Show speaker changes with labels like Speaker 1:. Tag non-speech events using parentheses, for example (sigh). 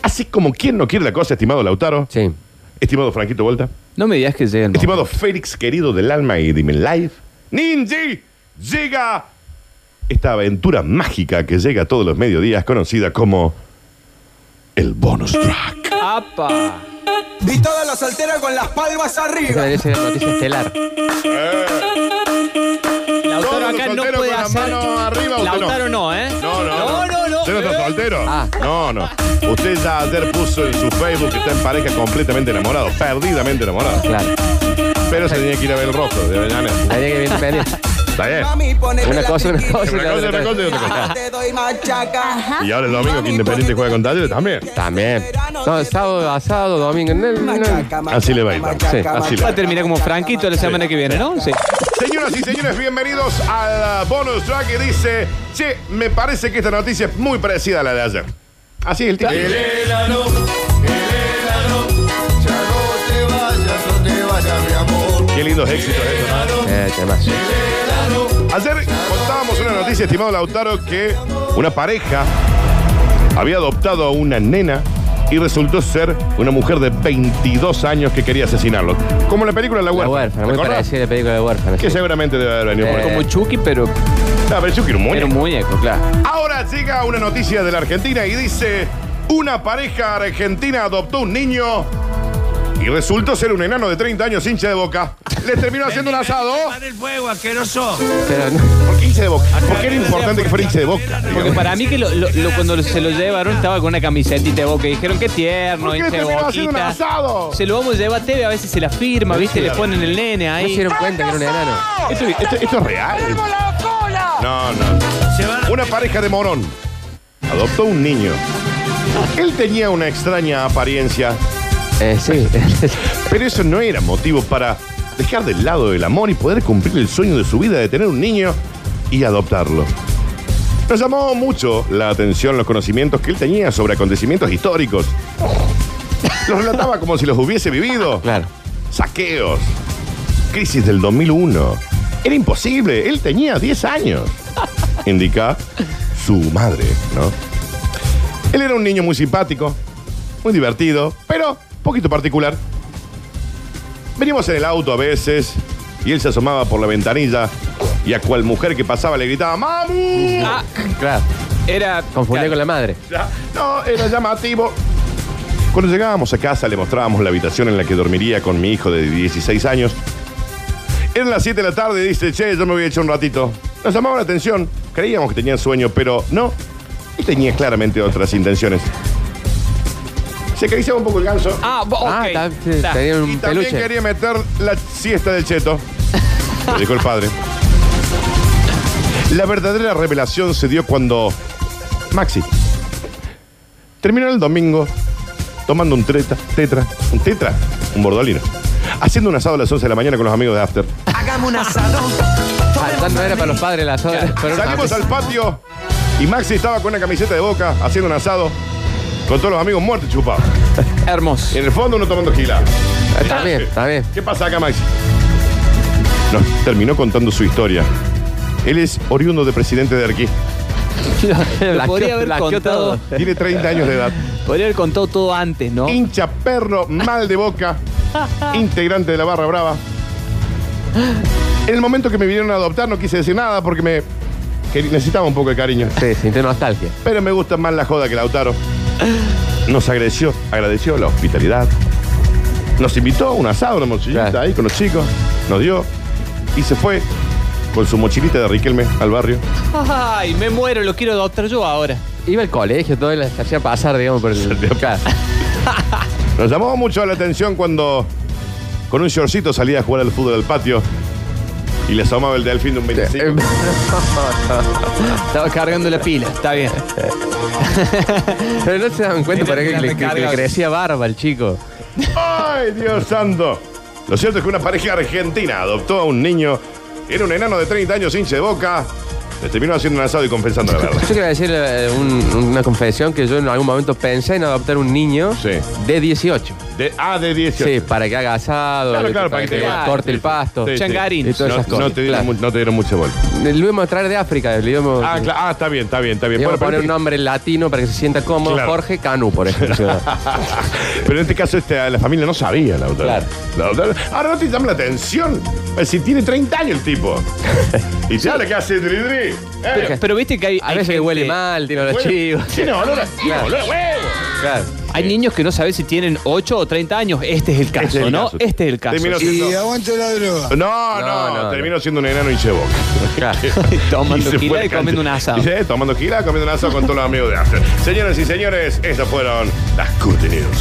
Speaker 1: Así como quien no quiere la cosa, estimado Lautaro,
Speaker 2: Sí.
Speaker 1: estimado Franquito Volta,
Speaker 2: No me digas que llega el
Speaker 1: estimado Félix, querido del alma y de mi life, Ninji, llega esta aventura mágica que llega todos los mediodías, conocida como el bonus track.
Speaker 2: momento. ¡Apa!
Speaker 3: Vi toda la soltera con las palmas
Speaker 2: Esa
Speaker 3: arriba.
Speaker 2: debería ser la noticia estelar.
Speaker 4: Eh.
Speaker 1: Todos
Speaker 2: Lautaro
Speaker 1: los
Speaker 2: acá no
Speaker 1: solteros
Speaker 2: puede
Speaker 1: con la
Speaker 2: hacer.
Speaker 1: mano arriba, usted
Speaker 2: Lautaro no, ¿eh?
Speaker 1: No, no,
Speaker 2: No, no, no.
Speaker 1: ¿Usted no está
Speaker 2: Eh.
Speaker 1: soltero?
Speaker 2: Ah.
Speaker 1: No, no. Usted ya ayer puso en su Facebook que está en pareja completamente enamorado, perdidamente enamorado.
Speaker 2: Claro.
Speaker 1: Pero se tenía que ir a ver el rojo de Avellaneda.
Speaker 2: Habría que ver ver.
Speaker 4: (laughs)
Speaker 1: Está bien.
Speaker 3: Mami, ponete
Speaker 2: Una
Speaker 3: la
Speaker 2: cosa, una
Speaker 3: piquita.
Speaker 2: cosa.
Speaker 1: Una cosa, una cosa y otra cosa.
Speaker 3: (laughs) Ah, Te doy machaca.
Speaker 1: Y ahora el domingo que Independiente juega con Talleres también.
Speaker 2: También.
Speaker 3: Este
Speaker 2: No, sábado, asado, domingo. no, no.
Speaker 3: Machaca, machaca,
Speaker 1: Así le va a ir,
Speaker 3: machaca,
Speaker 2: sí,
Speaker 1: así le
Speaker 2: Va
Speaker 3: machaca,
Speaker 2: a terminar como Franquito la semana que viene, ¿no? Sí.
Speaker 1: Señoras y señores, bienvenidos al uh, bonus track que dice, che, me parece que esta noticia es muy parecida a la de ayer. Así es el título.
Speaker 5: Elena no, Elena no, ya no te vayas, no te vayas, mi amor.
Speaker 1: Qué lindos éxitos estos. ¿no?
Speaker 2: Eh, temas.
Speaker 1: Ayer contábamos una noticia, estimado Lautaro, que una pareja había adoptado a una nena y resultó ser una mujer de 22 años que quería asesinarlo. Como en la película La
Speaker 2: La
Speaker 1: Huérfana.
Speaker 2: huérfana,
Speaker 1: ¿te
Speaker 2: muy
Speaker 1: acordás?
Speaker 2: parecida a la película de huérfana.
Speaker 1: Que
Speaker 2: sí.
Speaker 1: seguramente debe haber venido por
Speaker 2: Eh,
Speaker 1: ahí.
Speaker 2: Como Chucky, pero
Speaker 1: Ah, pero yo quiero un muñeco.
Speaker 2: era un muñeco, claro.
Speaker 1: Ahora llega una noticia de la Argentina y dice: Una pareja argentina adoptó un niño y resultó ser un enano de 30 años hincha de boca. Le terminó haciendo un asado.
Speaker 6: el fuego, asqueroso!
Speaker 2: Pero no-
Speaker 1: ¿Por qué hincha de boca? ¿Por qué era importante que fuera hincha de boca?
Speaker 2: porque para mí que lo- lo- lo- cuando lo- se lo llevaron estaba con una camisetita de boca y dijeron qué tierno,
Speaker 1: ¿Por qué le
Speaker 2: hincha de
Speaker 1: terminó haciendo un
Speaker 2: boquita.
Speaker 1: asado?
Speaker 2: Se lo vamos a llevar a TV, a veces se la firma, viste, le ponen el nene
Speaker 4: No se
Speaker 2: ahí.
Speaker 4: dieron cuenta que era un enano.
Speaker 1: ¿Esto, esto- esto es real? No, no.
Speaker 6: Se van a...
Speaker 1: Una pareja de morón adoptó un niño. Él tenía una extraña apariencia,
Speaker 2: Eh,
Speaker 4: (laughs)
Speaker 2: sí.
Speaker 1: pero eso no era motivo para dejar de lado el amor y poder cumplir el sueño de su vida de tener un niño y adoptarlo. Nos llamó mucho la atención los conocimientos que él tenía sobre acontecimientos históricos. Los relataba como si los hubiese vivido.
Speaker 2: claro.
Speaker 1: Saqueos. Crisis del 2001. Era imposible. Él tenía 10 años. Indica su madre, ¿no? Él era un niño muy simpático, muy divertido, pero poquito particular. Veníamos en el auto a veces y él se asomaba por la ventanilla y a cual mujer que pasaba le gritaba ¡Mamu!
Speaker 2: Ah,
Speaker 4: Claro.
Speaker 2: era. Ah,
Speaker 4: Confundí con la madre.
Speaker 1: Ya, No, era llamativo. Cuando llegábamos a casa le mostrábamos la habitación en la que dormiría con mi hijo de 16 años. Eran las 7 de la tarde y dice, che, yo me voy a echar un ratito. Nos llamaba la atención, creíamos que tenía sueño, pero no. Y tenía claramente otras intenciones. Se acariciaba un poco el ganso
Speaker 2: Ah, bo- ok.
Speaker 4: Ah, está- sí,
Speaker 2: Está.
Speaker 4: tenía
Speaker 1: y
Speaker 4: un
Speaker 1: también
Speaker 4: peluche.
Speaker 1: quería meter la siesta del
Speaker 4: (laughs)
Speaker 1: cheto. Lo dijo el padre. La verdadera revelación se dio cuando Maxi terminó el domingo tomando un treta, tetra, un tetra, un bordolino, haciendo un asado a las 11 de la mañana con los amigos de After.
Speaker 3: Hagamos un asado.
Speaker 4: Ah, ya no era para los padres la asado. era para una
Speaker 1: Salimos
Speaker 4: madre.
Speaker 1: al patio y Maxi estaba con una camiseta de boca haciendo un asado con todos los amigos muertos y chupados. (laughs) Y
Speaker 2: Hermoso.
Speaker 1: en el fondo uno tomando gila.
Speaker 4: Ah, Está bien, está bien.
Speaker 1: Eh, ¿Qué pasa acá, Maxi? Nos terminó contando su historia. Él es oriundo de presidente de Arquí.
Speaker 2: (laughs) Lo podría haber
Speaker 4: laqueó
Speaker 2: contado.
Speaker 1: Tiene 30 años de
Speaker 4: (laughs)
Speaker 1: edad.
Speaker 2: Podría haber contado todo antes,
Speaker 4: Oh.
Speaker 2: ¿no?
Speaker 1: Hincha perro, mal de boca. Integrante de la Barra Brava. En el momento que me vinieron a adoptar no quise decir nada porque me que necesitaba un poco de cariño.
Speaker 4: Sí, sintió nostalgia.
Speaker 1: Pero me gusta más la joda que Lautaro. Nos agradeció, agradeció la hospitalidad. Nos invitó a un asado, una mochilita
Speaker 4: Claro.
Speaker 1: ahí con los chicos. Nos dio. Y se fue con su mochilita de Riquelme al barrio.
Speaker 2: Ay, me muero, lo quiero adoptar yo ahora.
Speaker 4: Iba al colegio, todo la se hacía pasar, digamos, por el. Claro.
Speaker 1: Nos llamó mucho la atención cuando con un shortcito salía a jugar al fútbol al patio y le asomaba el delfín de un 25.
Speaker 4: (laughs)
Speaker 2: Estaba cargando la pila, está bien.
Speaker 4: Pero no se daban cuenta
Speaker 2: Mira,
Speaker 4: para qué
Speaker 2: mira,
Speaker 4: que le,
Speaker 2: me
Speaker 4: que- que le
Speaker 2: cargas.
Speaker 4: crecía barba al chico.
Speaker 1: ¡Ay, Dios santo! Lo cierto es que una pareja argentina adoptó a un niño. Era un enano de 30 años hinche de boca. Les terminó haciendo un asado y compensando la verdad.
Speaker 4: Yo quería decir eh, un- una confesión que yo en algún momento pensé en adoptar un niño
Speaker 1: Sí.
Speaker 4: de 18.
Speaker 1: De, ah, de 18.
Speaker 4: Sí, para que haga asado,
Speaker 1: Claro, claro, para
Speaker 4: para,
Speaker 1: que te
Speaker 4: que
Speaker 1: vaya.
Speaker 4: corte
Speaker 1: Sí,
Speaker 4: el
Speaker 1: sí.
Speaker 4: pasto.
Speaker 1: Sí, sí.
Speaker 2: Changarín.
Speaker 4: Y todas
Speaker 1: No,
Speaker 4: esas cosas.
Speaker 1: no te dieron,
Speaker 4: Claro.
Speaker 1: mu- no te dieron mucho bol.
Speaker 4: Lo íbamos a traer de África, lo íbamos,
Speaker 1: Ah, cla- ah, está bien, está bien, está bien.
Speaker 4: le íbamos
Speaker 1: Bueno,
Speaker 4: a poner
Speaker 1: pero,
Speaker 4: un nombre latino para que se sienta cómodo.
Speaker 1: Claro.
Speaker 4: Jorge Canu, por
Speaker 1: (laughs)
Speaker 4: ejemplo.
Speaker 1: pero en este caso este, la familia no sabía, la autora.
Speaker 4: Claro.
Speaker 1: La autora- Ahora no te llama la atención. Pues Si tiene 30 años el tipo. y sabe que hace dri dri. Eh,
Speaker 2: Pero viste que hay.
Speaker 4: a
Speaker 2: hay
Speaker 4: veces que
Speaker 2: gente-
Speaker 4: huele mal, tiene los
Speaker 1: bueno,
Speaker 4: chivos.
Speaker 1: Tiene olor a tiene
Speaker 4: Claro.
Speaker 1: olor a huevo.
Speaker 4: Claro.
Speaker 2: Hay niños que no sabes si tienen 8 o 30 años. Este es el caso,
Speaker 1: Este es el
Speaker 2: ¿no?
Speaker 1: caso.
Speaker 2: Este es el caso.
Speaker 1: Terminó siendo-
Speaker 5: aguante la droga.
Speaker 1: No, no,
Speaker 4: No,
Speaker 1: no,
Speaker 4: no,
Speaker 1: terminó siendo un enano y llevó.
Speaker 2: (laughs)
Speaker 4: claro.
Speaker 1: se
Speaker 2: Tomando
Speaker 1: fue
Speaker 2: quila
Speaker 1: a
Speaker 2: y
Speaker 1: la
Speaker 2: comiendo un
Speaker 1: cancha.
Speaker 2: asado.
Speaker 1: Sí, tomando gila, comiendo un asado con todos los amigos de After. Señoras y señores, estas fueron las Curti News.